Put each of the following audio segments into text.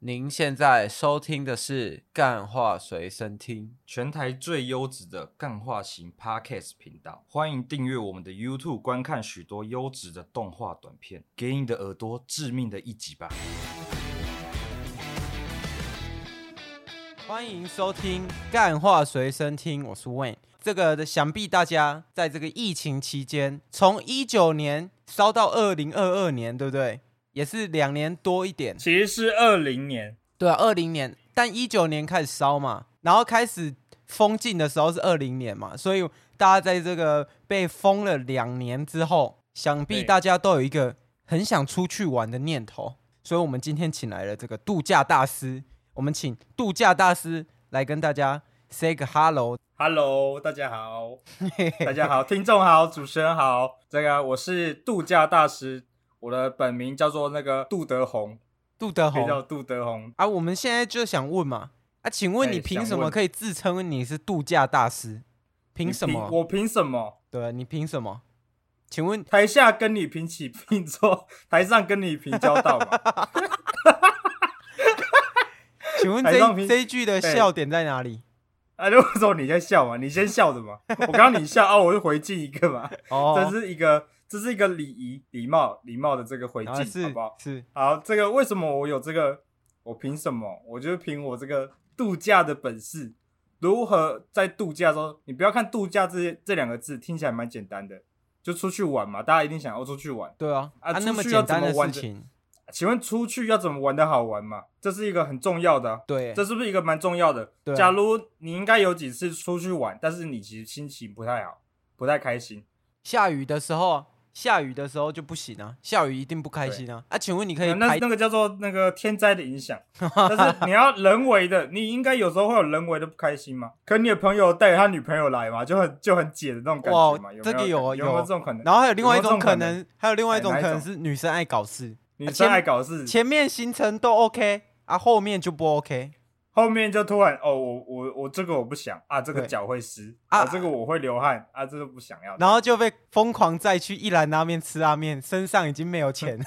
您现在收听的是《干话随身听全台最优质的干化型 Podcast 频道，欢迎订阅我们的 YouTube，观看许多优质的动画短片，给你的耳朵致命的一击吧！》，欢迎收听《干话随身听》，我是 Wayne。这个的想必大家在这个疫情期间，从一九年烧到二零二二年，对不对？也是两年多一点，其实是二零年，对啊，二零年，但一九年开始烧嘛，然后开始封禁的时候是二零年嘛，所以大家在这个被封了两年之后，想必对大家都有一个很想出去玩的念头，所以我们今天请来了这个度假大师，我们请度假大师来跟大家 say 个 hello。 Hello，大家 好，大家好，听众好，主持人好，这个我是度假大师，我的本名叫做那个杜德宏，杜德可以叫宏杜德宏。啊，我们现在就想问嘛，啊，请问哎你凭想什么问可以自称你是度假大师？凭你什么？我凭什么？对，啊你凭什么？请问台下跟你平起平坐，台上跟你平交道 嘛？请问这台上一平这一句的笑点在哪里？啊，就为什么你在笑嘛？你先笑的嘛？我刚刚你笑啊，我就回敬一个嘛。这哦，是一个，这是一个礼仪、礼貌、礼貌的这个回然后敬，是好不好？是好，这个为什么我有这个？我凭什么？我就是凭我这个度假的本事，如何在度假中？你不要看度假这这两个字听起来蛮简单的，就出去玩嘛，大家一定想要出去玩。对啊，啊啊，那么出去要简单怎么的玩事的情，请问出去要怎么玩的好玩嘛？这是一个很重要的啊、对这是不是一个蛮重要的对？啊假如你应该有几次出去玩，但是你其实心情不太好，不太开心，下雨的时候，啊下雨的时候就不行啊，下雨一定不开心啊。啊，请问你可以那拍那个叫做那个天灾的 影响，但是你要人为的，你应该有时候会有人为的不开心嘛。可你的朋友带着他女朋友来嘛，就很就很解的那种感觉嘛，哇有没有这个有有啊没有有这种可能？然后还有另外一有没有这可种可能，还有另外一种可哎哪一能种是女生爱搞事，女生前爱搞事，前面行程都 OK 啊，后面就不 OK 后面就突然哦，我我我这个我不想啊，这个对脚会湿啊啊，这个我会流汗啊，这个不想要。 然后就被疯狂再去一兰拉面吃拉面，身上已经没有钱。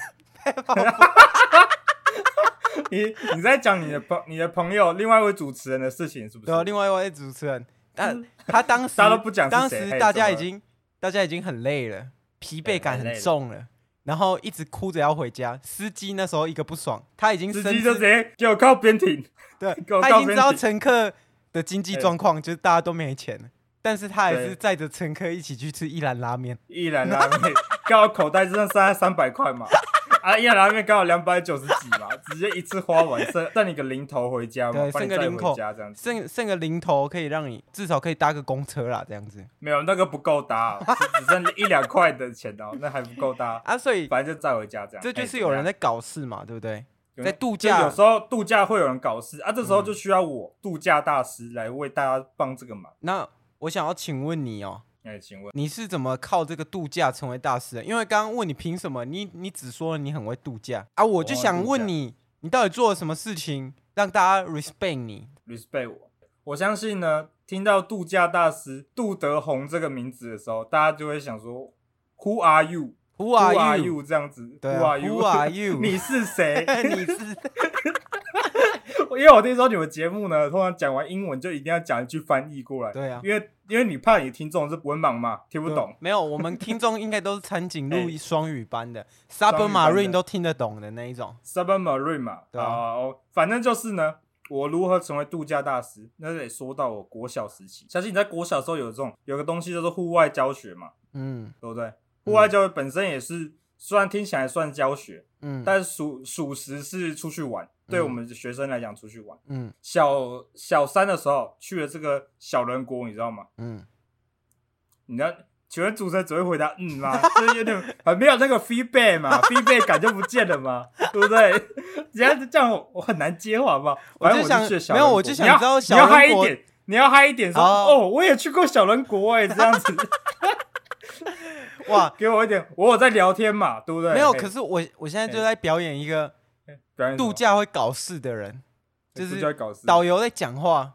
你你在讲你的朋你的朋友另外一位主持人的事情是不是对、啊，？另外一位主持人，但他当时大家都不讲是当谁时嘿大家怎已么了经大家已经很累了，疲对惫感很累很了重了，然后一直哭着要回家。司机那时候一个不爽，他已经司深机就知直接给我靠边停，对给我，他靠已经边知道停乘客的经济对状况，就是大家都没钱了，但是他还是对载着乘客一起去吃一兰拉面。一兰拉面，刚好口袋只剩下三百块嘛， 啊，一兰拉面刚好两百九十几嘛，直接一次花完，剩剩你个零头回家嘛对，帮剩你个带零头回家这样子，剩剩个零头可以让你至少可以搭个公车啦，这样子没有那个不够搭、只只剩一两块的钱哦、 那还不够搭，啊，所以反正就载回家这样。这就哎是有人在怎搞事嘛，对不对？么样在度就假嗯有时候度假会有人搞事啊，这时候就需要我度假大师来为大家帮这个忙。那我想要请问你哦、哎、请问，你是怎么靠这个度假成为大师的？因为刚刚问你凭什么，你你只说你很会度假啊，我就我会想度问假你，你到底做了什么事情让大家 respect 你？ respect 我。我相信呢，听到度假大师杜德宏这个名字的时候，大家就会想说，Who are you？ Who are Who are you？ you 这样子对啊 Who are you？ Who are you？ 你是谁？ 你 是因为我听说你们节目呢，通常讲完英文就一定要讲一句翻译过来。对啊因为因为你怕你听众是文盲嘛，听不懂。没有，我们听众应该都是参景 哎录双语班的双语班的，Submarine 都听得懂的那一种。 Submarine 嘛，对啊哦反正就是呢，我如何成为度假大师，那得说到我国小时期。相信你在国小的时候有这种有个东西叫做户外教学嘛，嗯对不对？户外教学本身也是，虽然听起来算教学，嗯但属属实是出去玩。对我们学生来讲，出去玩。嗯小小三的时候去了这个小人国，你知道吗？嗯，你知道，请问主持人只会回答嗯 吗？就是有点很没有那个 feedback 嘛，feedback 感就不见了嘛，对不对？ 人家这样我我很难接话，好不好？我就反正想我去了小没人有国，我就想你要知道小你要嗨人一国点，你要嗨一点说哦哦我也去过小人国哎、这样子哇，给我一点，我有在聊天嘛，对不 对？没有。嘿可是我我现在就哎在表演一个表演什么哎度假会搞事的人，就度假是搞事，导游在讲话，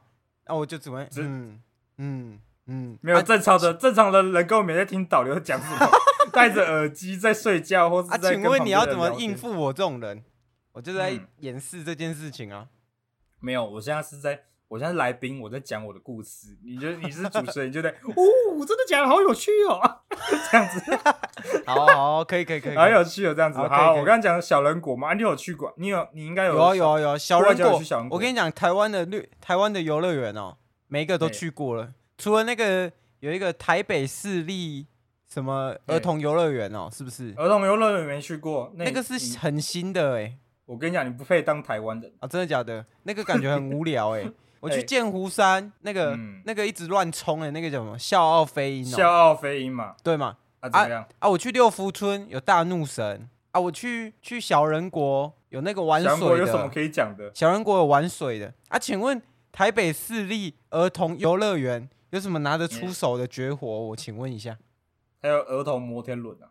那我就只会只嗯嗯嗯，没有啊正常的正常的人跟我没在听导 游讲什么，戴着耳机在睡觉或啊，是在请跟问旁你边要人怎么聊天应付我这种人？我就在嗯掩饰这件事情 啊。没有，我现在是在，我现在是来宾，我在讲我的故事。你就你是主持人，你就 在，哦，真的假的，好有趣哦，这样子，好啊好，可以可以可以， 好可以有趣哦，这样子。好可以好，可以我刚刚讲小人国嘛，啊你有去过？你有，你应该有啊有啊有啊，小我人有国去小人，国我跟你讲，台湾的绿台湾的游乐园哦，每一个都嘿去过了，除了那个有一个台北市立什么儿嘿童游乐园哦，是不是？儿童游乐园没去过，那那个你是很新的哎、我跟你讲，你不配当台湾人。啊，真的假的？那个感觉很无聊 哎、我去哎剑湖山，那个、嗯那个一直乱冲哎，那个叫什么？笑傲飞鹰、笑哦，傲飞鹰嘛，对嘛？啊怎么样？啊，我去六福村有大怒神啊，我去去小人国有那个玩小人国水有什么的，可以讲的？小人国有玩水的啊。请问台北市立儿童游乐园有什么拿得出嗯手的绝活？我请问一下，还有儿童摩天轮啊，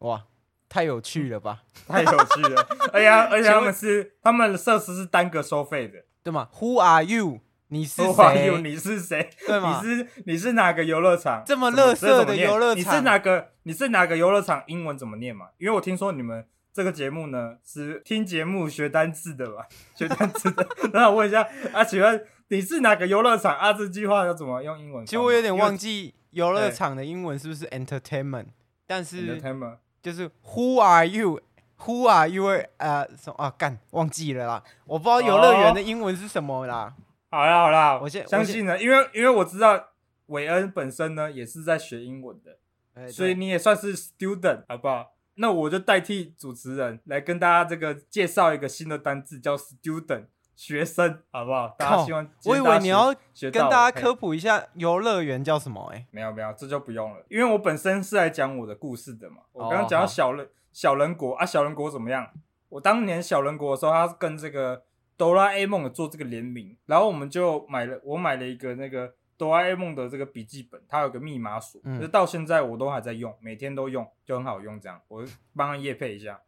哇，太有趣了吧？太有趣了。 哎呀，而且请他问们是他们的设施是单个收费的。对吗？Who are you？你是哇哟，谁？你是谁？对你吗？是你是哪个游乐场？这么怎垃这圾怎么的念游乐你场是哪个？你是哪个游乐场？英文怎么念嘛？因为我听说你们这个节目呢是听节目学单字的吧？学单字的。 那我问一下，啊，请问你是哪个游乐场？啊，这句话要怎么用英文翻译？啊其实我有点忘记记游乐哎场的英文是不是 entertainment，但是 entertainment 就是 Who are you？Who are you？呃，什么啊？干，忘记了啦，我不知道游乐园的英文是什么啦。好啦好啦，我先相信了，因为因为我知道韦恩本身呢也是在学英文的，哎哦所以对你也算是 student 好不好？那我就代替主持人来跟大家这个介绍一个新的单字，叫 student 学生，好不好？大家希望我以为你要学跟到大家嘿科普一下游乐园叫什么、哎，没有没有，这就不用了，因为我本身是来讲我的故事的嘛。我哦刚刚讲好到小人、小人国啊，小人国怎么样？我当年小人国的时候，他跟这个哆啦 A 梦有做这个联名，然后我们就买了，我买了一个那个哆啦 A 梦的这个笔记本，它有个密码锁，嗯就是到现在我都还在用，每天都用，就很好用。这样，我帮他夜配一下。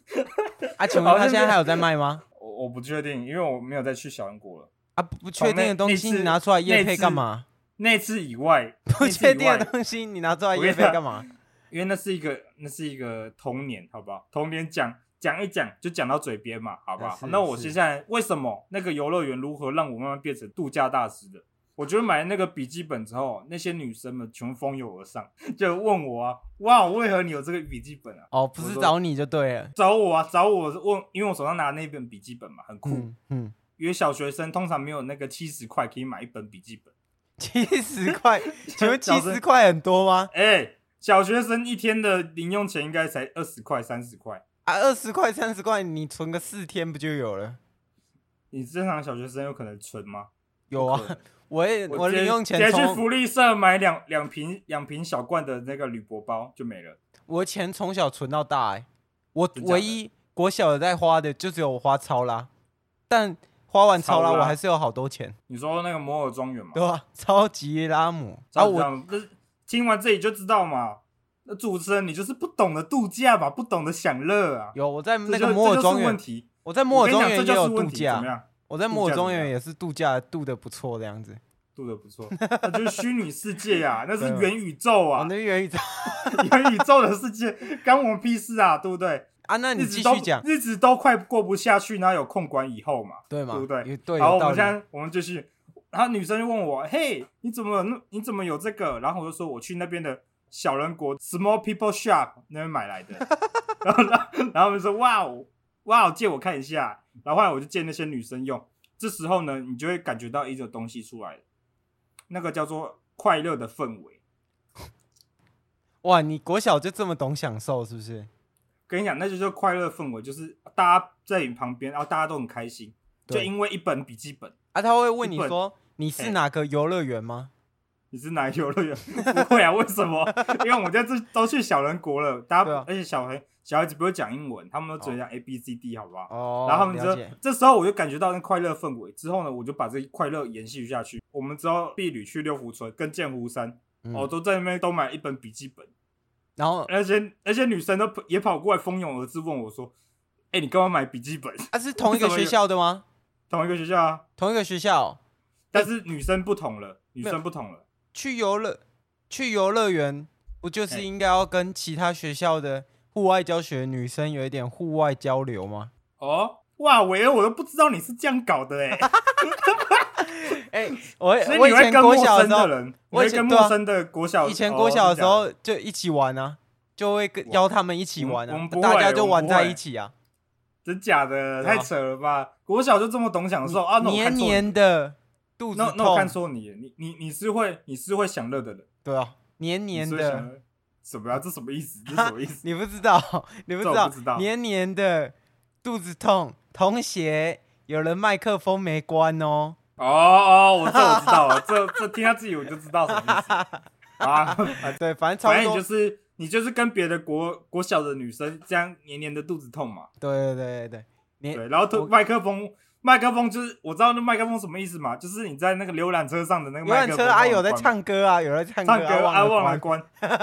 啊，请问好他像现在是还有在卖 吗？我我不确定，因为我没有再去小人国了。啊，不不确定的那东哦那西次你拿出来夜那配次干嘛？那次以外， 不那次确以定啊外的东西你拿出来我夜配跟你讲干嘛？因为那是一个那是一个童年，好不好？童年讲讲一讲就讲到嘴边嘛，好不啊好是？那我是接下来为什么那个游乐园如何让我慢慢变成度假大师的？我觉得买了那个笔记本之后，那些女生们全蜂拥而上， 就问我啊，哇，为何你有这个笔记本啊？ 哦，不我是说找你就对了。找我啊，找我问，因为我手上拿那本笔记本嘛，很酷。嗯嗯，因为小学生通常没有那个七十块可以买一本笔记本。七十 块，请问七小十声块很多吗？哎、小学生一天的零用钱应该才二十块、三十块。啊，二十块、三十块，你存个四天不就有了？你正常小学生有可能存吗？有啊不可能，我也我直接零用钱直接去从福利社买两两瓶两瓶小罐的那个铝箔包就没了。我钱从小存到大、欸，我真假的唯一国小有在花的就只有我花超啦，但花完超啦超拉我还是有好多钱，你说那个摩尔庄园嘛？对吧、 超级拉姆啊，啊，我我听完这里就知道嘛。那主持人你就是不懂得度假嘛，不懂得享乐啊。有我在这那就个摩尔庄这就是问园，题。我在摩尔我庄跟你园也讲这就有是度问题，怎么假，样？我在摩尔庄度假怎园么样也是度假度的不错这样子，度的不错， 那就是虚拟世界 啊，那是对哦元宇宙我啊那，元宇宙 元宇宙的世界干我们屁事啊，对不对？ 啊，那你日子继都续讲日子都快过不下去，哪有空管以后嘛？对吗？对不对也对，好，有我道们现理。在我们继续。然后女生就问我：“嘿，你怎么有那你怎么有这个？”然后我就说：“我去那边的小人国 Small People Shop 那边买来 的。”然后然后然后我就说：“哇哦，哇哦，借我看一下。”然后后来我就借那些女生用。这时候呢，你就会感觉到一种东西出来了，那个叫做快乐的氛围。哇，你国小就这么懂享受是不是？跟你讲，那就叫快乐氛围，就是大家在你旁边，然后大家都很开心，就对因为一本笔记本。啊，他会问一你本说你是嘿哪个游乐园吗？你是哪个游乐园？ 不会啊，为什么？因为我们在这都去小人国了，大家、对啊而且小孩小孩子不会讲英文，他们都只能讲 A B C D，好不好？哦，然后他们了就解这时候我就感觉到那快乐氛围，之后呢，我就把这快乐延续下去。我们之后婢女去六福村跟剑湖山，嗯哦，都在那边都买一本笔记本，然后而且而且女生都也跑过来蜂拥而至问我说：“哎、你干嘛买笔记本？啊，是 同一个为什么学有校的吗？同一个学校啊？”同一个学校哦但是女生不同了，女生不同了。去游乐去游乐园，不就是嘿应该要跟其他学校的户外教学女生有一点户外交流吗？哦，哇，韦恩，我都不知道你是这样搞的哎、哎、我 所以我你以会前跟国陌小的生时候的，人，你我以会前跟对啊陌生的国小，以前哦国小的时，是候就一起玩啊，就会跟邀他们一起玩我们啊我们不，会大家就我们玩不在会一起啊，假的真假的，对啊太扯了吧！国小就这么懂享受啊？那我黏看错你黏的，肚子那那我看痛，错你了，你你你是会你是会享乐的人，对啊，黏你黏是会享的，乐什么呀、啊这什么意思？ 这什么意思？你不知道， 你不这我不知知道，道黏黏的，肚子痛，童鞋，有人麦克风没关哦，哦哦，我这我知道了，这这听他自己我就知道什么 意思啊。啊，对，反正差不反正你就多，是你就是跟别的国国小的女生这样黏黏的肚子痛嘛，对对对对对，黏对，然后我头麦克风。麦克风就是我知道那麦克风什么意思嘛，就是你在那个浏览车上的那个游麦览克风忘了关。车啊有在唱歌啊，有在唱唱啊，歌忘啊，了忘了关，关。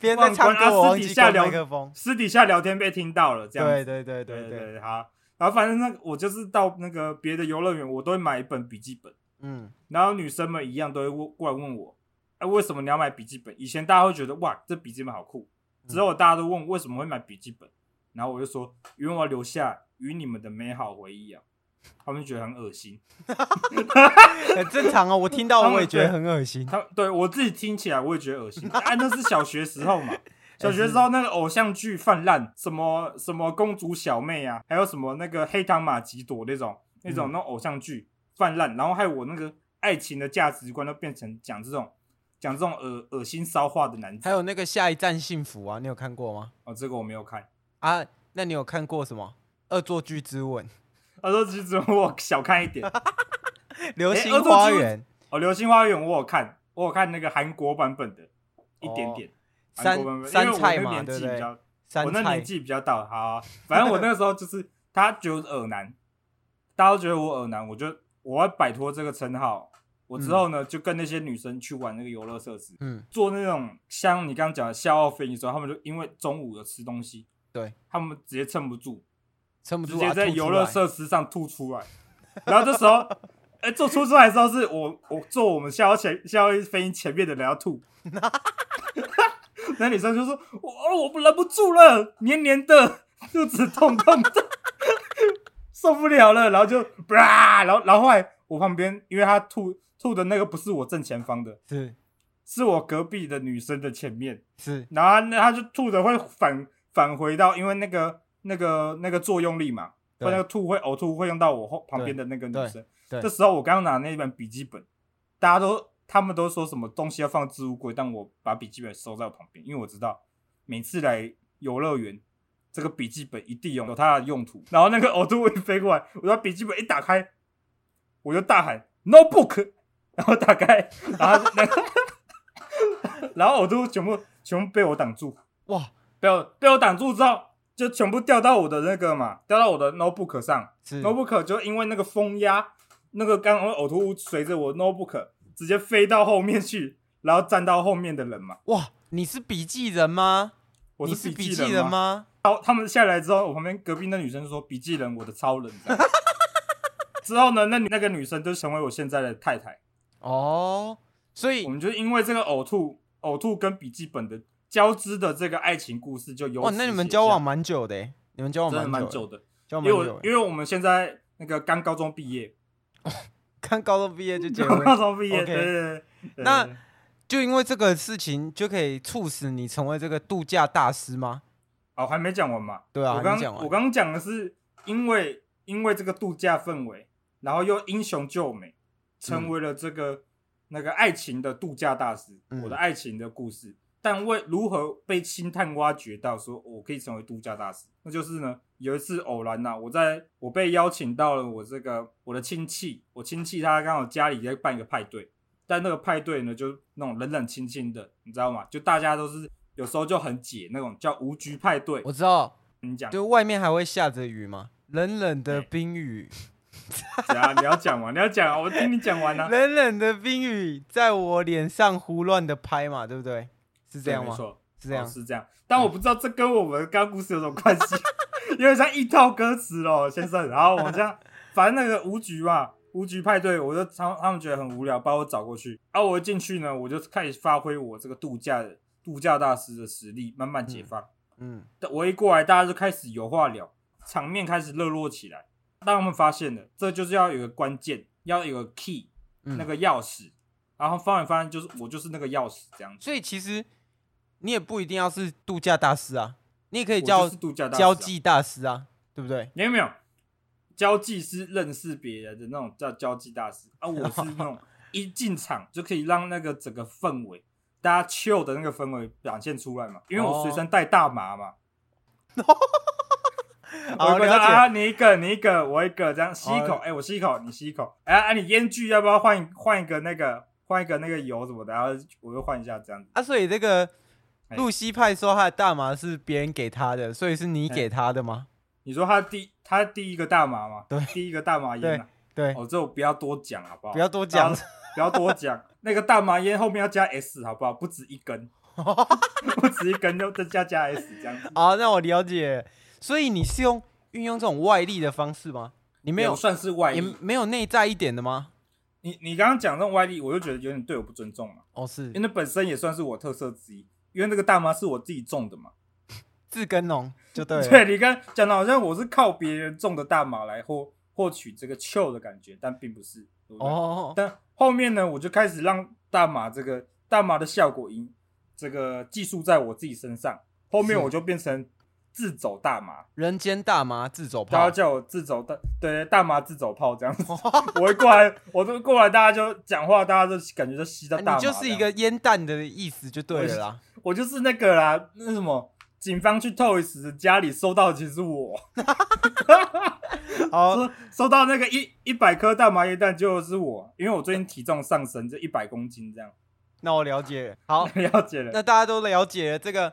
别人在忘了关唱歌，啊我忘私底记下关聊麦克风，私底下聊天被听到了，这样对子。对对对对对，对，好。然后反正那个我就是到那个别的游乐园，我都会买一本笔记本，嗯。然后女生们一样都会问过来问我，哎、为什么你要买笔记本？以前大家会觉得哇，这笔记本好酷，之后大家都问为什么会买笔记本，然后我就说，因为我要留下与你们的美好回忆啊。他们就觉得很恶心，很正常哦，我听到他们我也觉得很恶心。他对我自己听起来我也觉得恶心。哎、那是小学时候嘛，小学时候那个偶像剧泛滥，什么什么公主小妹啊，还有什么那个黑糖玛吉朵那种那种嗯那种偶像剧泛滥，然后还有我那个爱情的价值观都变成讲这种讲这种恶恶心骚话的男还子。有那个下一站幸福啊，你有看过吗？哦，这个我没有看。啊，那你有看过什么？恶作剧之吻、恶作剧之吻我小看一点，流星恶作剧花园、哦，流星花园我有看，我有看那个韩国版本的，一点点。韩国版哦三三本菜因为我那嘛，年对纪不比对较？三我那菜年纪比较大，好啊、反正我那个时候就是他觉得我是耳男，大家都觉得我耳男，我就我要摆脱这个称号。我之后呢，就跟那些女生去玩那个游乐设施，嗯，做那种像你刚刚讲的笑傲飞鹰的时候，他们就因为中午有吃东西，对他们直接撑不住，撑不直住接啊，在吐出游乐来设施上吐出来。然后这时候，哎、做出出来的时候是我我坐我们笑傲前笑傲飞鹰前面的人要吐，那女生就说：“我哦，我忍不住了，黏黏的，肚子痛痛的，受不了了。”然后就啪，然后然后后来我旁边，因为她吐吐的那个不是我正前方的，是是我隔壁的女生的前面。是，然后那他就吐的会返返回到，因为那个那个那个作用力嘛，对或那个吐会呕吐会用到我后旁边的那个女生。对对这时候我刚拿那本笔记本，大家都他们都说什么东西要放置物柜，但我把笔记本收在我旁边，因为我知道每次来游乐园。这个笔记本一定有有它的用途，然后那个呕吐物一飞过来，我把笔记本一打开，我就大喊 “notebook”，然后打开，然后那个， 然后呕吐物全部全部被我挡住，哇，被我被我挡住之后，就全部掉到我的那个嘛，掉到我的 notebook 上是，notebook 就因为那个风压，那个刚刚呕吐物随着我 notebook 直接飞到后面去，然后站到后面的人嘛，哇，你是笔记人吗？我你笔笔记记人人？吗？然后他们下来之后，我旁边隔壁那女生说：“笔记人，我的超人。这样”之后呢，那女那个女生就成为我现在的太太。哦，所以我们就因为这个呕吐、呕吐跟笔记本的交织的这个爱情故事，就由哇，此那你们写交下往蛮久的欸，你们交真的往蛮久久的，的，交往因蛮为久我的。因为我们现在那个刚高中毕业，看高中毕业就结刚婚，高中毕业， OK 对对 对。那对就因为这个事情就可以促使你成为这个度假大师吗？哦，还没讲完嘛？对啊我还刚没讲完我刚讲的是因为因为这个度假氛围，然后又英雄救美，成为了这个、那个爱情的度假大师，嗯我的爱情的故事。但为如何被星探挖掘到说我可以成为度假大师，那就是呢有一次偶然呐、我在我被邀请到了我这个我的亲戚，我亲戚他刚好家里在办一个派对，但那个派对呢，就那种冷冷清清的，你知道吗？就大家都是有时候就很解那种叫无局派对。我知道，你讲，就外面还会下着雨嘛，冷冷的对冰雨，怎样？你要讲完，你要讲啊，我听你讲完啊。冷冷的冰雨在我脸上胡乱的拍嘛，对不对？是这对样没吗？错，是这样嗯哦是这样。但我不知道这跟我们刚刚故事有什么关系， 因为像一套歌词哦，先生。然后我这样，反正那个无局嘛，无局派对，我就他他们觉得很无聊，把我找过去。啊，我一进去呢，我就开始发挥我这个度假度假大师的实力，慢慢解放。嗯，围过来，大家就开始有话聊，场面开始热络起来。当他们发现了，这就是要有个关键，要有个 key，、嗯那个钥匙。然后方远发现就是我就是那个钥匙这样子，所以其实你也不一定要是度假大师啊，你也可以我叫就是度假大师啊交，际大师啊，对不对？你有没有？交际是认识别人的那种叫交际大师啊，我是 那种一进场就可以让那个整个氛围，大家 chill 的那个氛围表现出来嘛，因为我随哦身带大麻嘛，好，我一个说哦了啊，你一个，你一个，我一个，这样吸一口，哦哎、我吸一口，你吸一口，哎、啊，你烟具要不要换换一个那个，换一个那个油什么的，然后我又换一下这样子解。。啊，所以这个哎露西派说他的大麻是别人给他的，所以是哎你给他的吗？你说他第他第一个大麻嘛，对第一个大麻烟、啊，对，哦，这我不要多讲好不好？不要多讲大家， 不要多讲，那个大麻烟后面要加 S 好不好？不止一 根，不止一根就再加加 S 这样子。好，那我了解。所以你是用运用这种外力的方式吗？你没有也算是外也力，没有内在一点的吗？你你刚刚讲这种外力，我就觉得有点对我不尊重嘛，哦，是因为那本身也算是我特色之一，因为那个大麻是我自己种的嘛。自耕 农就对了。对你刚讲的好像我是靠别人种的大麻来获获取这个 chill 的感觉，但并不是。对不对，哦，但后面呢，我就开始让大麻这个大麻的效果音这个寄宿在我自己身上。后面是我就变成自走大麻，人间大麻自走大炮哦家， 叫我自走大对大麻自走炮这样子。我一过来，我都过来，大家就讲话，大家就感觉就吸到啊大麻你这样、就是一个烟弹的意思就对了啦。我就是那个啦，那什么，警方去 Toys 的家里收到，的其实是我。好，收收到那个一一百颗大麻叶蛋，就是我，因为我最近体重上升，就一百公斤这样， 那我了解了。好，了解 了。那大家都了解了这个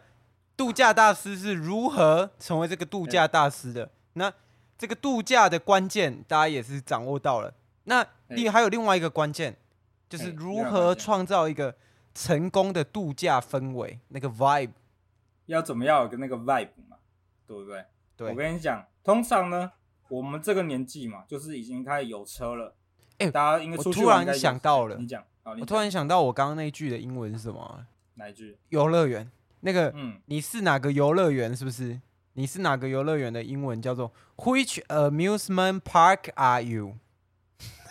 度假大师是如何成为这个度假大师的。那这个度假的关键，大家也是掌握到了。那另还有另外一个关键，就是哎如何创造一个成功的度假氛围，那个 vibe。要怎么样有个那个 vibe 嘛，对不对？对我，跟你讲，通常呢，我们这个年纪嘛，就是已经开始有车了。哎大家应该我出去突玩然应该有想到了你讲，好，你我讲突然想到我刚刚那一句的英文是什么啊？哪一句？游乐园，那个 嗯，你是哪个游乐园？是不是？你是哪个游乐园的英文叫做 Which amusement park are you？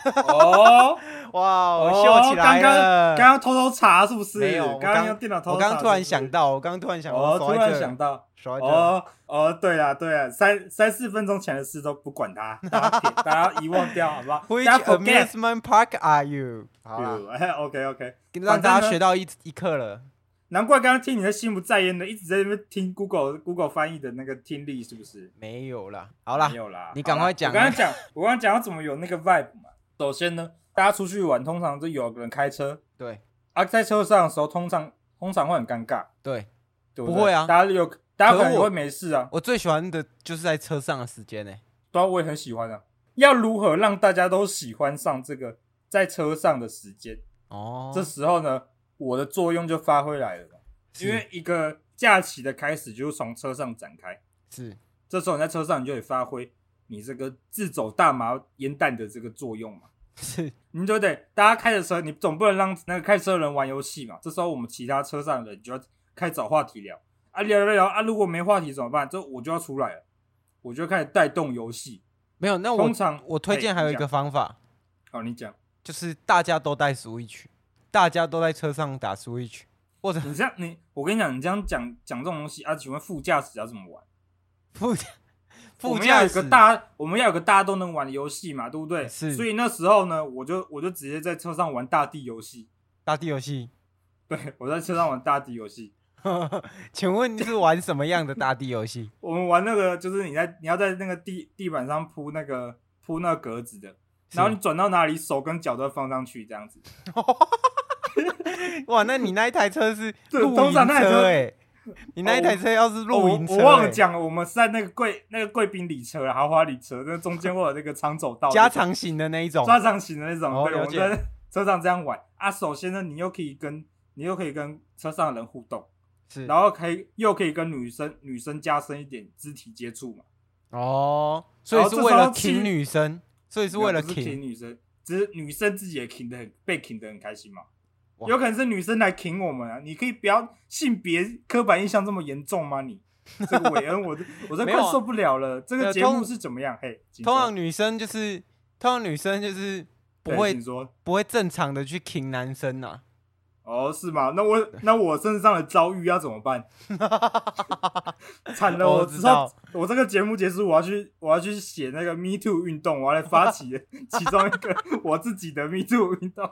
哦，哇，我哦秀起来刚刚了。刚刚偷偷查是不是？没有，我刚刚用电脑偷我偷查刚刚突然是不想是，到，我刚刚突然想到，哦，手突在然这想到，手在这哦哦，对啦对啦，三三四分钟前的事都不管它，大家撇大家遗忘掉，好不好？ Which 大家 forget。哎 amusement park are you？好啦， OK OK，让大家学到一一课了。难怪刚刚听你的心不在焉的，一直在那边听 Google Google 翻译的那个听力，是不是？没有啦，好啦没，有啦，啊你赶快讲好啦我刚刚讲，我刚刚讲要怎么有那个 vibe 嘛。首先呢，大家出去玩，通常都有个人开车，对啊，在车上的时候，通常通常会很尴尬，对，对不对会啊大家有大家可可能我会没事啊，我最喜欢的就是在车上的时间欸呢、对啊，我也很喜欢啊。要如何让大家都喜欢上这个在车上的时间？哦，这时候呢，我的作用就发挥来了嘛，是因为一个假期的开始就是从车上展开。是这时候你在车上，你就得发挥你这个自走大麻烟弹的这个作用嘛，是 你就得大家开着车，你总不能让那个开车的人玩游戏嘛。这时候我们其他车上的人就要开始找话题聊啊，聊聊聊啊，如果没话题怎么办？这我就要出来了，我就开始带动游戏。没有。那我通常我推荐还有一个，方法，好，你讲，就是大家都带 Switch，大家都在车上打 Switch，或者 你这样你，我跟你讲，你这样讲讲这种东西啊，请问副驾驶要怎么玩？副驾我副们要驾有个驶大，我们要有个大家都能玩的游戏嘛，对不对？是所以那时候呢，我就我就直接在车上玩大地游戏，打地游戏。对我在车上玩大地游戏。 请问你是玩什么样的大地游 戏？我们玩那个就是你在你要在那个地地板上铺那个铺那个格子的，然后你转到哪里，手跟脚都要放上去这样子。哇，那你那一台车是对露营通常那台车车哎、你那一台车要是露营车、哦欸我我忘了讲了，我们是在那个贵那个贵宾礼车啦、豪华礼车，那中间会有那个长走道，加长型的那一种，抓长型的那种。哦对，我了们解在车上这样玩啊。首先呢，你又可以跟你又可以跟车上的人互动。是然后可以又可以跟女生女生加深一点肢体接触嘛，哦，所以是为然了后这时候挺女生，所以是为了不是挺挺女生，只是女生自己也挺的很被挺的很开心嘛。哇有可能是女生来挺我们啊，你可以不要性别刻板印象这么严重吗你？这个韦恩，我都我都 没快有啊受不了了。这没有个节目通是怎么样？嘿，请通说常女生就是，通常女生就是不对会请说不会正常的去擒男生啊呐、哦，是吗？那我那我身上的遭遇要怎 么办？惨了，我我知之后道我这个节目结束，我要去我要去写那个 Me Too 运动，我要来发起 其中一个我自己的 Me Too 运动。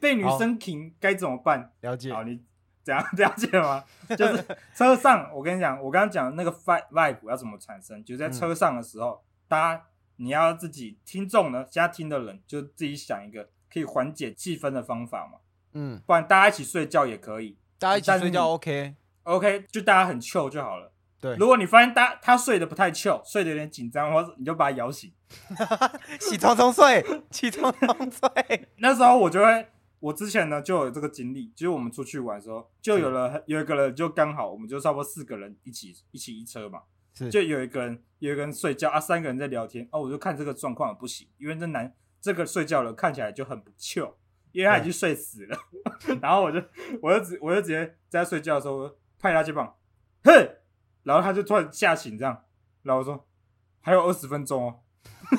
被女好生停该怎么办？了解好，你怎样了解吗？ 就是车上，我跟你讲，我刚刚讲那个 vibe vibe 要怎么产生，就是在嗯车上的时候，大家你要自己听众呢，现在听的人就自己想一个可以缓解气氛的方法嘛，嗯，不然大家一起睡觉也可以。大家一但起是睡觉你 OK， OK，就大家很 chill 就好了。对如果你发现大他睡得不太 chill，睡得有点紧张，或你就把他摇醒。起床冲睡， 起床冲睡，那时候我就会，我之前呢就有这个经历，就是我们出去玩的时候，就有了有一个人就刚好，我们就差不多四个人一起一起一车嘛，是 就有一个人有一个人睡觉啊，三个人在聊天哦，我就看这个状况不行，因为这男这个睡觉了看起来就很不 chill，因为他已经睡死了， 然后我就我就直我就直接在他睡觉的时候我就拍他肩膀，哼，然后他就突然吓醒这样，然后我说还有二十分钟哦。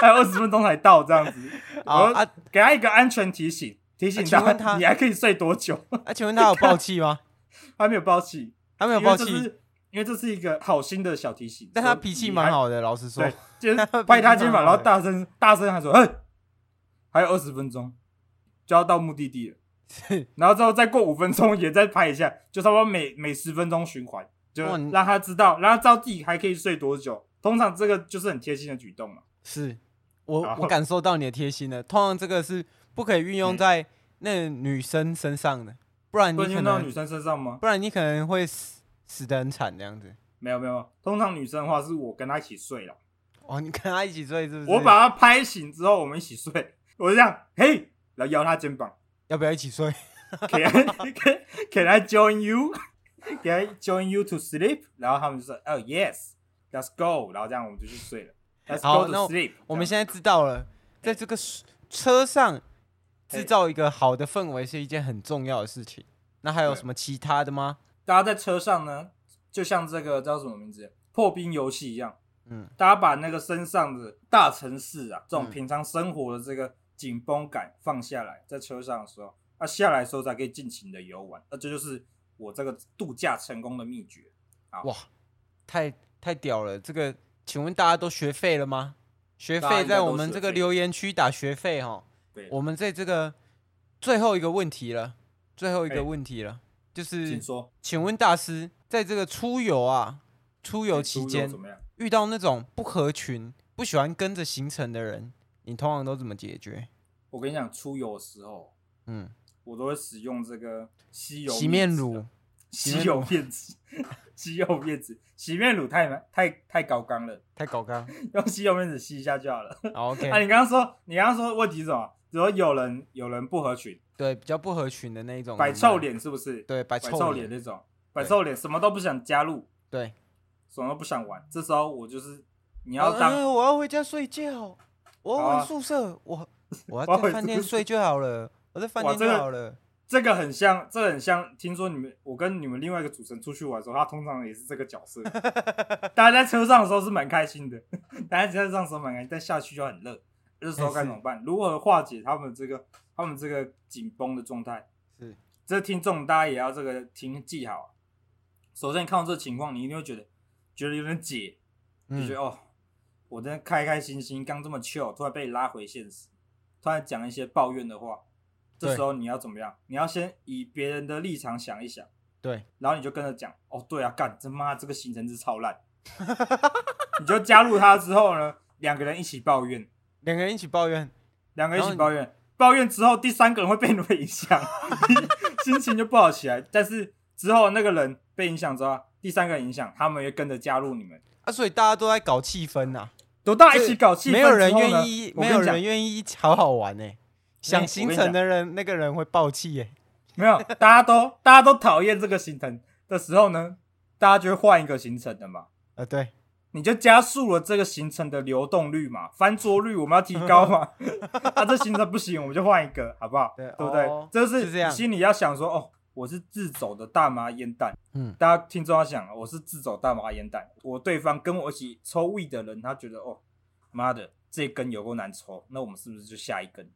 还有二十分钟才到这样子， 好我就啊给他一个安全提醒，提醒啊他,、请问他你还可以睡多久， 啊，请问他有爆气吗？他没有爆气，他没有没爆因为这气，是因为这是一个好心的小提醒，但他脾气蛮好的，老实说说你还，，对，他脾就是气拍他肩 蛮膀，然好的后大声大声喊说：“嘿，还有二十分钟就要到目 的地了。”是然后之后再过五分钟也再拍一下，就差不多每每十分钟循环，就哇你让他知道，让他知道自己还可以睡多久。通常这个就是很贴心的举动嘛。是，我然我后感受到你的贴心了。通常这个是不可以运用嗯在那女生身上的，不然不你能可用到女能生身上吗？不然嗯你可能会死死的很惨这样子。没有没有，通常女生的话是我跟她一起睡了，哦，你跟他一起睡是不是？我把她拍醒之后我们一起睡，我就这样嘿，然后摇她肩膀要不要一起 睡？ ，Can I can, can I join you? Can I join you to sleep? 然后他们就说 Oh yes, let's go，然后这样我们就去睡了。Let's 好 go 那 to sleep 这样。我们现在知道了，在这个 s- 车上制造一个好的氛围是一件很重要的事情。那还有对什么其他的吗？大家在车上呢，就像这个叫什么名字破冰游戏一样，嗯，大家把那个身上的大城市啊，这种嗯平常生活的这个紧绷感放下来，在车上的时候，那、下来的时候才可以尽情的游玩，那这就是我这个度假成功的秘诀。哇，太太屌了！这个，请问大家都学废了吗？学大家费应该在都我们这个学废留言区打学费哈。对，我们在这个最后一个问题了，最后一哎个问题了，就是请说，请问大师，在这个出游啊，出游期出游间怎么样？遇到那种不合群、不喜欢跟着行程的人，你通常都怎么解决？我跟你讲，出游的时候，嗯，我都会使用这个吸油洗面纸乳啊，吸油面纸，吸油面纸，洗面乳太太太高纲了，太搞纲。用吸油面纸吸一下就好了。 好啊， ，OK，你刚刚说，你刚刚说问题是什么？只说有人有人不合群，对，比较不合群的那一种，摆臭，脸是不是？，对，摆摆臭臭脸脸，那种，摆臭脸，什么都不想加入，对。什么都不想玩。这时候我就是你啊要嗯当我要回家睡觉，我好要啊回宿舍，我 我我要要在回饭店宿舍睡就好了，我在饭哇店就这个好了。这个很像，这个很像。听说你们，我跟你们另外一个主持人出去玩的时候，他通常也是这个角色。大家在车上的时候是蛮开心的， 大家在车上的时候蛮开心，但下去就很热。这时候该怎么办？如何化解他们这个他们这个紧绷的状态？是，这听众大家也要这个听记好啊。首先你看到这情况，你一定会觉得觉得有点解，就觉嗯得、哦，我真的开开心心，刚这么 chill，突然被拉回现实，突然讲一些抱怨的话，这对时候你要怎么样？你要先以别人的立场想一想，对，然后你就跟着讲，哦，对啊，干，这妈这个行程是超烂，你就加入他之后呢，两个人一起抱怨，两个人一起抱怨，两个人然一后起你抱怨，抱怨之后第三个人会被你们影响，心情就不好起来。但是之后那个人被影响之后，第三个人影响，他们也跟着加入你们，啊，所以大家都在搞气氛呐、都大家这一起搞气氛没有人之后呢愿意，我没跟有你讲人愿意好好玩呢、想行我跟程你的人，那个人会爆气耶、没有，大家都大家都讨厌这个行程的时候呢，大家就会换一个行程的嘛。啊，对，你就加速了这个行程的流动率嘛，翻桌率我们要提 高嘛。啊，这行程不行，我们就换一个，好不好？对不对？哦这是这样你心里要想说，哦，我是自走的大麻烟弹。嗯大家听众要想，我是自走大麻烟弹，我对方跟我一起抽 weed 的人，他觉得哦，妈的，这一根有够难抽，那我们是不是就下一根？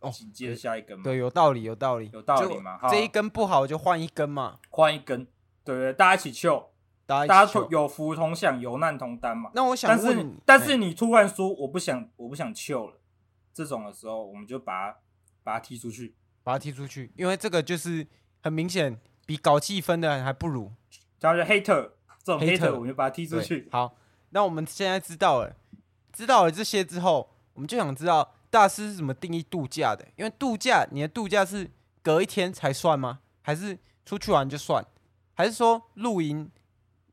哦紧接着下一根嘛，对，有道理，有道理，嗯有道理就嘛哈这一根不好就换一根嘛，换一根，对不对？大家一起秀，大家大一家起求同有福同享，有难同当嘛。那我想但问你是你，但是哎你突然说我不想，我不想秀了，这种的时候，我们就把他把他踢出去。把他踢出去，因为这个就是很明显比搞气氛的人还不如。叫做 hater 这种 hater hater，我们就把他踢出对去。好，那我们现在知道了，知道了这些之后，我们就想知道大师是怎么定义度假的？因为度假，你的度假是隔一天才算吗？还是出去玩就算？还是说露营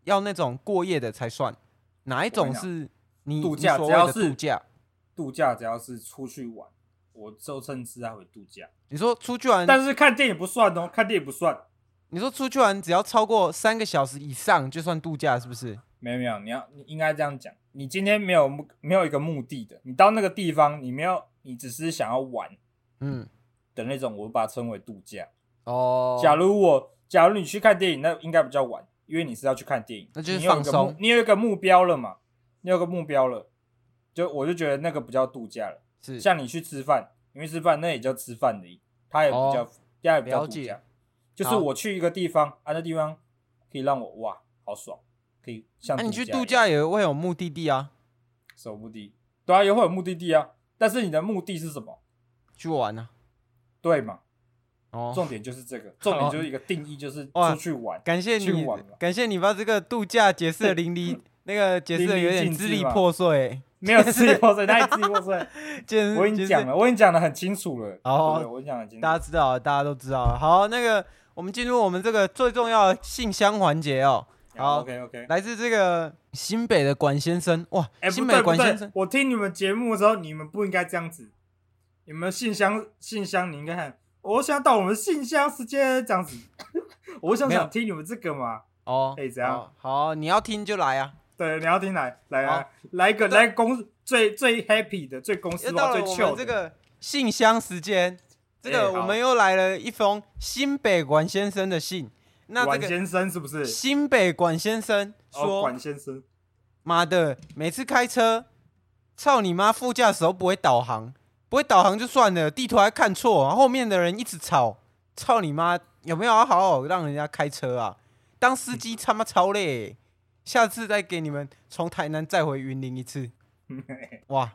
要那种过夜的才算？哪一种我跟是你度你假所只谓要的是度假？度假只要是出去玩，我就称之它为度假。你说出去玩，但是看电影不算哦，看电影不算。你说出去玩只要超过三个小时以上就算度假，是不是？没有没有，你要你应该这样讲，你今天没有目没有一个目的的，你到那个地方，你没有，你只是想要玩嗯，的那种，我把它称为度假。哦假如我，假如你去看电影，那应该不叫玩，因为你是要去看电影，那就是你有一个放松目你有一个目标了嘛，你有个目标了，就我就觉得那个不叫度假了。是像你去吃饭，你去吃饭，那也叫吃饭而已，它也不叫，哦它也不叫了度解假。就是好我去一个地方，啊，那地方可以让我哇，好爽，可以像那、啊你去一度样假也会有目的地啊，什么目的？对啊，也会有目的地啊，但是你的目的是什么？去玩啊。对嘛？哦，重点就是这个，重点就是一个定义，就是哇出去玩。感谢去你玩吧，感谢你把这个度假解释的淋 漓，那个解释的有点支离破碎、没有 自由水，哪里自由水？简直我已经讲，简了，我已经讲的很清楚了。哦对不对我已经讲得很直清楚。大家知道了，大家都知道了。好，那个我们进入我们这个最重要的信箱环节哦。好，OK OK。来自这个新北的管先生，哇，哎，不新北对的不管先对生，，我听你们节目的时候，你们不应该这样子。你们信箱信箱，你应该喊，我想到我们信箱时间这样子。我想没有想听你们这个嘛，哦，可以哎这样哦好，你要听就来啊。对，你要听来来好啊，来一个对来公最最 happy 的、最公又司化、到最了我们 chill 这的。个信箱时间，这哎个好我们又来了一封新北管先生的信。那管这个先生是不是？新北管先生哦，说，管先生，妈的，每次开车，操你妈！副驾驶都不会导航，不会导航就算了，地图还看错，然后后面的人一直吵，操你妈！有没有要好好让人家开车啊？当司机他妈超累欸、下次再给你们从台南再回云林一 次。哇，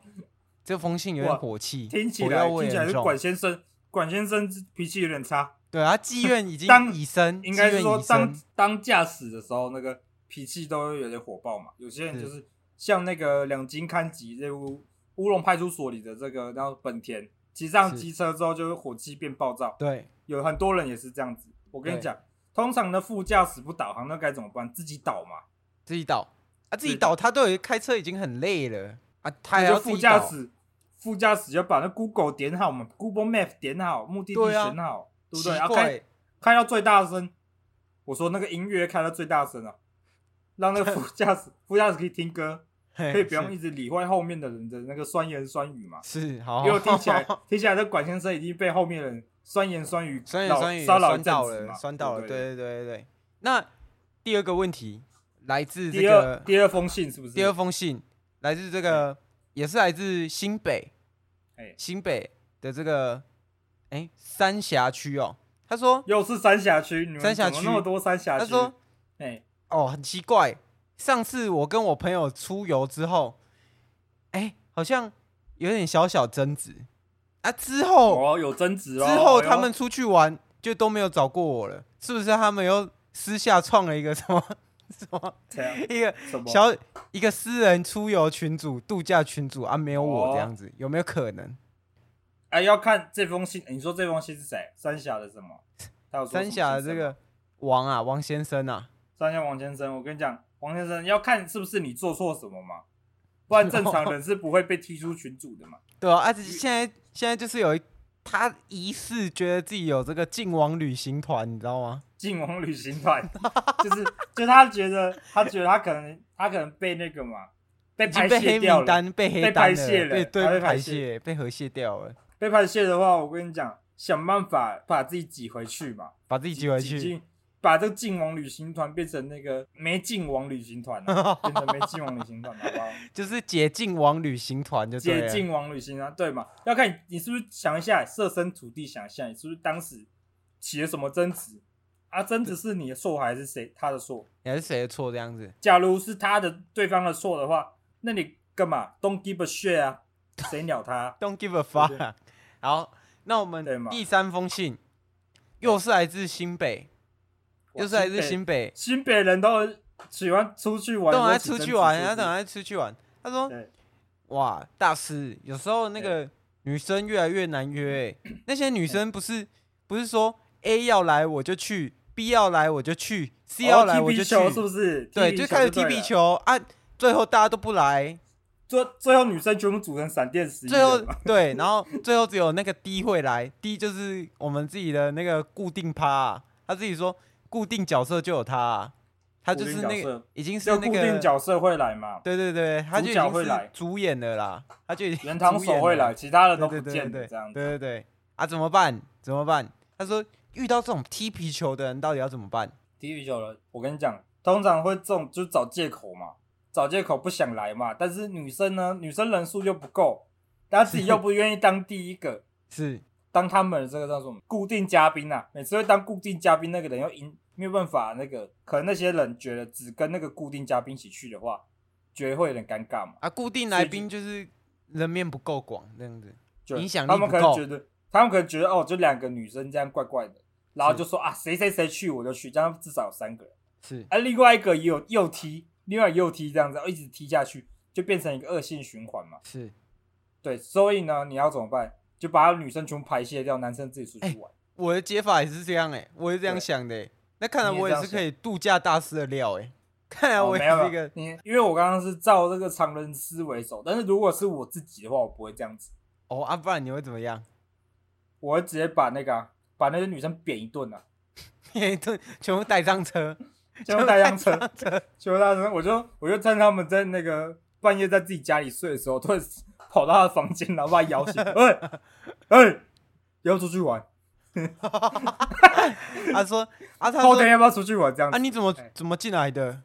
这封信有点哇火气，听起火来药味听起来很是重管先生，管先生脾气有点差，对他积怨已经当已深，应该积怨是说已当深当驾驶的时候，那个脾气都会有点火爆嘛。有些人是就是像那个两金看吉这部乌龙派出所里的这个，然后本田骑上是机车之后，就会火气变暴躁。对有很多人也是这样子。我跟你对讲，通常的副驾驶不导航，那该怎么办？自己导嘛。自己倒啊，自己是倒，他都已经开车已经很累了啊，他还那就要自副己驾倒。驶，副驾驶要把那 Google 点好嘛，Google Map 点好，目的地对啊选好，对不奇怪，对？要开开到最大声，我说那个音乐开到最大声啊，让那 个副驾驶副驾驶可以听歌，嘿可以不用是一直理会后面的人的那个酸言酸语嘛。是好，因为我听 起来听起来，这管先生已经被后面的人酸言酸语酸言扰酸语骚扰一酸阵到子嘛，了，酸到了，不对对对对对。那第二个问题来自这第二个第二封信是不是？第二封信，来自这个也是来自新北哎，新北的这个哎三峡区哦，他说又是三峡区，你们三峡怎么区那么多三峡区？他说哎，哦，很奇怪，上次我跟我朋友出游之后，哎，好像有点小小争执啊，之后哦，有争执哦。之后哎呦他们出去玩就都没有找过我了，是不是？他们又私下创了一个什么 什么这样一个什么小一个私人出游群组、度假群组啊，没有我这样子，有没有可能？哎，要看这封信，你说这封信是谁？三峡的什么？他有说三峡的这个王啊，王先生啊，三峡王先生，我跟你讲，王先生要看是不是你做错什么嘛，不然正常人是不会被踢出群组的嘛。 对啊，而且现在现在就是有一他疑似觉得自己有这个晋王旅行团，你知道吗？晋王旅 行团就是，就他觉得他觉得他可能他可能被那个嘛，被已经排被泄黑掉名了，单、被黑被单排泄了被对他被排排泄泄、被和泄掉了。被排泄的话，我跟你讲，想办法把自己挤回去嘛，把自己挤回挤去。进把这个晋王旅行团变成那个没晋王旅行团、啊，变成没晋王旅行团，好不好？ 就是解禁王旅行团就对接了近王旅行啊，对嘛？要看你你是不是想一下设身处地想一下，你是不是当时起了什么争执啊？争执是你的错还是谁他的错？你还是谁的错这样子？假如是他的对方的错的话，那你干嘛？Don't give a shit 啊，谁鸟他、 Don't give a 对 fuck。好，那我对们嘛第三封信又是来自新北，哇又是来自新北，新北人都很喜欢出去玩，等我来还出去玩，他等我还哦出去玩。他说对：“哇，大师，有时候那个女生越来越难约、 欸那些女生不是不是说 A 要来我就去，B 要来我就去，C 要来哦踢我皮就去，球是不是？对，就开始踢踢皮皮球球啊，最后大家都不来，就对了，最最后女生全部组成闪电十一最后人嘛，对，然后最后只有那个 D 会来，D 就是我们自己的那个固定趴、啊，他自己说固定角色就有他、啊，他就固定是角那个色已经是就那固个定角色会来嘛。对对对，他就已角经会是来主演的啦，他就已 经原堂主演手会了来，其他的对都对不对见对了，这样子。对对对啊，怎么办？怎么办？他说遇到这种踢皮球的人，到底要怎么办？踢皮球了，我跟你讲，通常会这种就找借口嘛，找借口不想来嘛。但是女生呢，女生人数又不够，她自己又不愿意当第一个，是当他们的这个叫什么固定嘉宾啊，每次会当固定嘉宾那个人要赢，没有办法那个，可能那些人觉得只跟那个固定嘉宾一起去的话，觉得会有点尴尬嘛。啊，固定来宾就是人面不够广这样子，就影响力他们不可能够觉得，他们可能觉得哦，就两个女生这样怪怪的，然后是就说啊，谁谁谁去我就去，这样至少有三个人。是啊，另外一个也有又踢，另外又踢这样子，哦一直踢下去，就变成一个恶性循环嘛。是。对，所以呢，你要怎么办？就把女生全部排泄掉，男生自己哎出去玩。我的解法也是这样哎、我是这样对想的、欸。那看来你也我这也样是可以度假大师的料哎、 看来哦我也没有是一没有个你，因为我刚刚是照这个常人思维走，但是如果是我自己的话，我不会这样子，哦啊，不然你会怎么样？ 我会直接把那个啊、把那些女生扁一 顿啊，一顿全部带上车， 全部带上车，上车全部带上车，我就我就趁他们在那个半夜在自己家里睡的时候，突然跑到他的房间，然后把他 摇醒，哎哎，要出去玩，他说啊，他后说天要不要出去玩这样子啊，？你怎么哎怎么进来 的？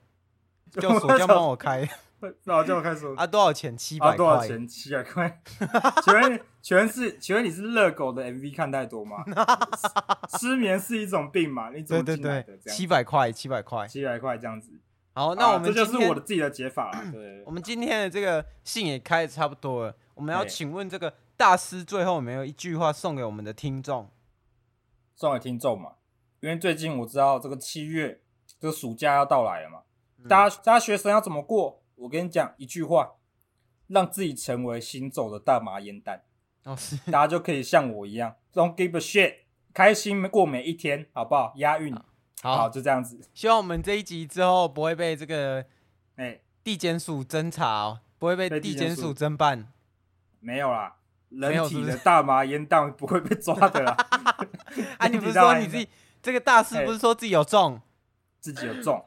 就叫锁匠帮我开然后就开始啊，多少 钱？七啊百多少块。钱？七百块？请问请问是请问你是热狗的 MV 看太多 吗？失失眠是一种病嘛？你怎对么对进来对的？，这样七百块，七百块。七百块这样子，好，那我啊们今这就是天我的自己的解法啦。对我，们今天的这个信也开的差不多了，我们要对请问这个大师最后有没有一句话送给我们的听众？送给听众嘛，因为最近我知道这个七月这个暑假要到来了嘛，嗯大家大家学生要怎么过？我跟你讲一句话，让自己成为行走的大麻烟弹。哦，是大家就可以像我一样，don't give a shit，开心过每一天，好不好？押韵，好，就这样子。希望我们这一集之后不会被这个哎、地检署侦查、哦，不会被被地地检检署署侦 办。没有啦，没有人是体不是的大麻烟弹不会被抓的啦。 啊，人你体不是大麻说烟你自己弹这个大师不是说自己有中？自己有中，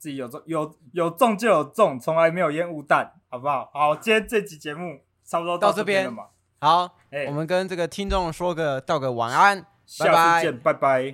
自己有中，有有中就有中，从来没有烟雾弹，好不好？好，今天这集节目差不多到这这边边了嘛，好，哎、我们跟这个听众说个道个晚安，拜下拜次见，拜拜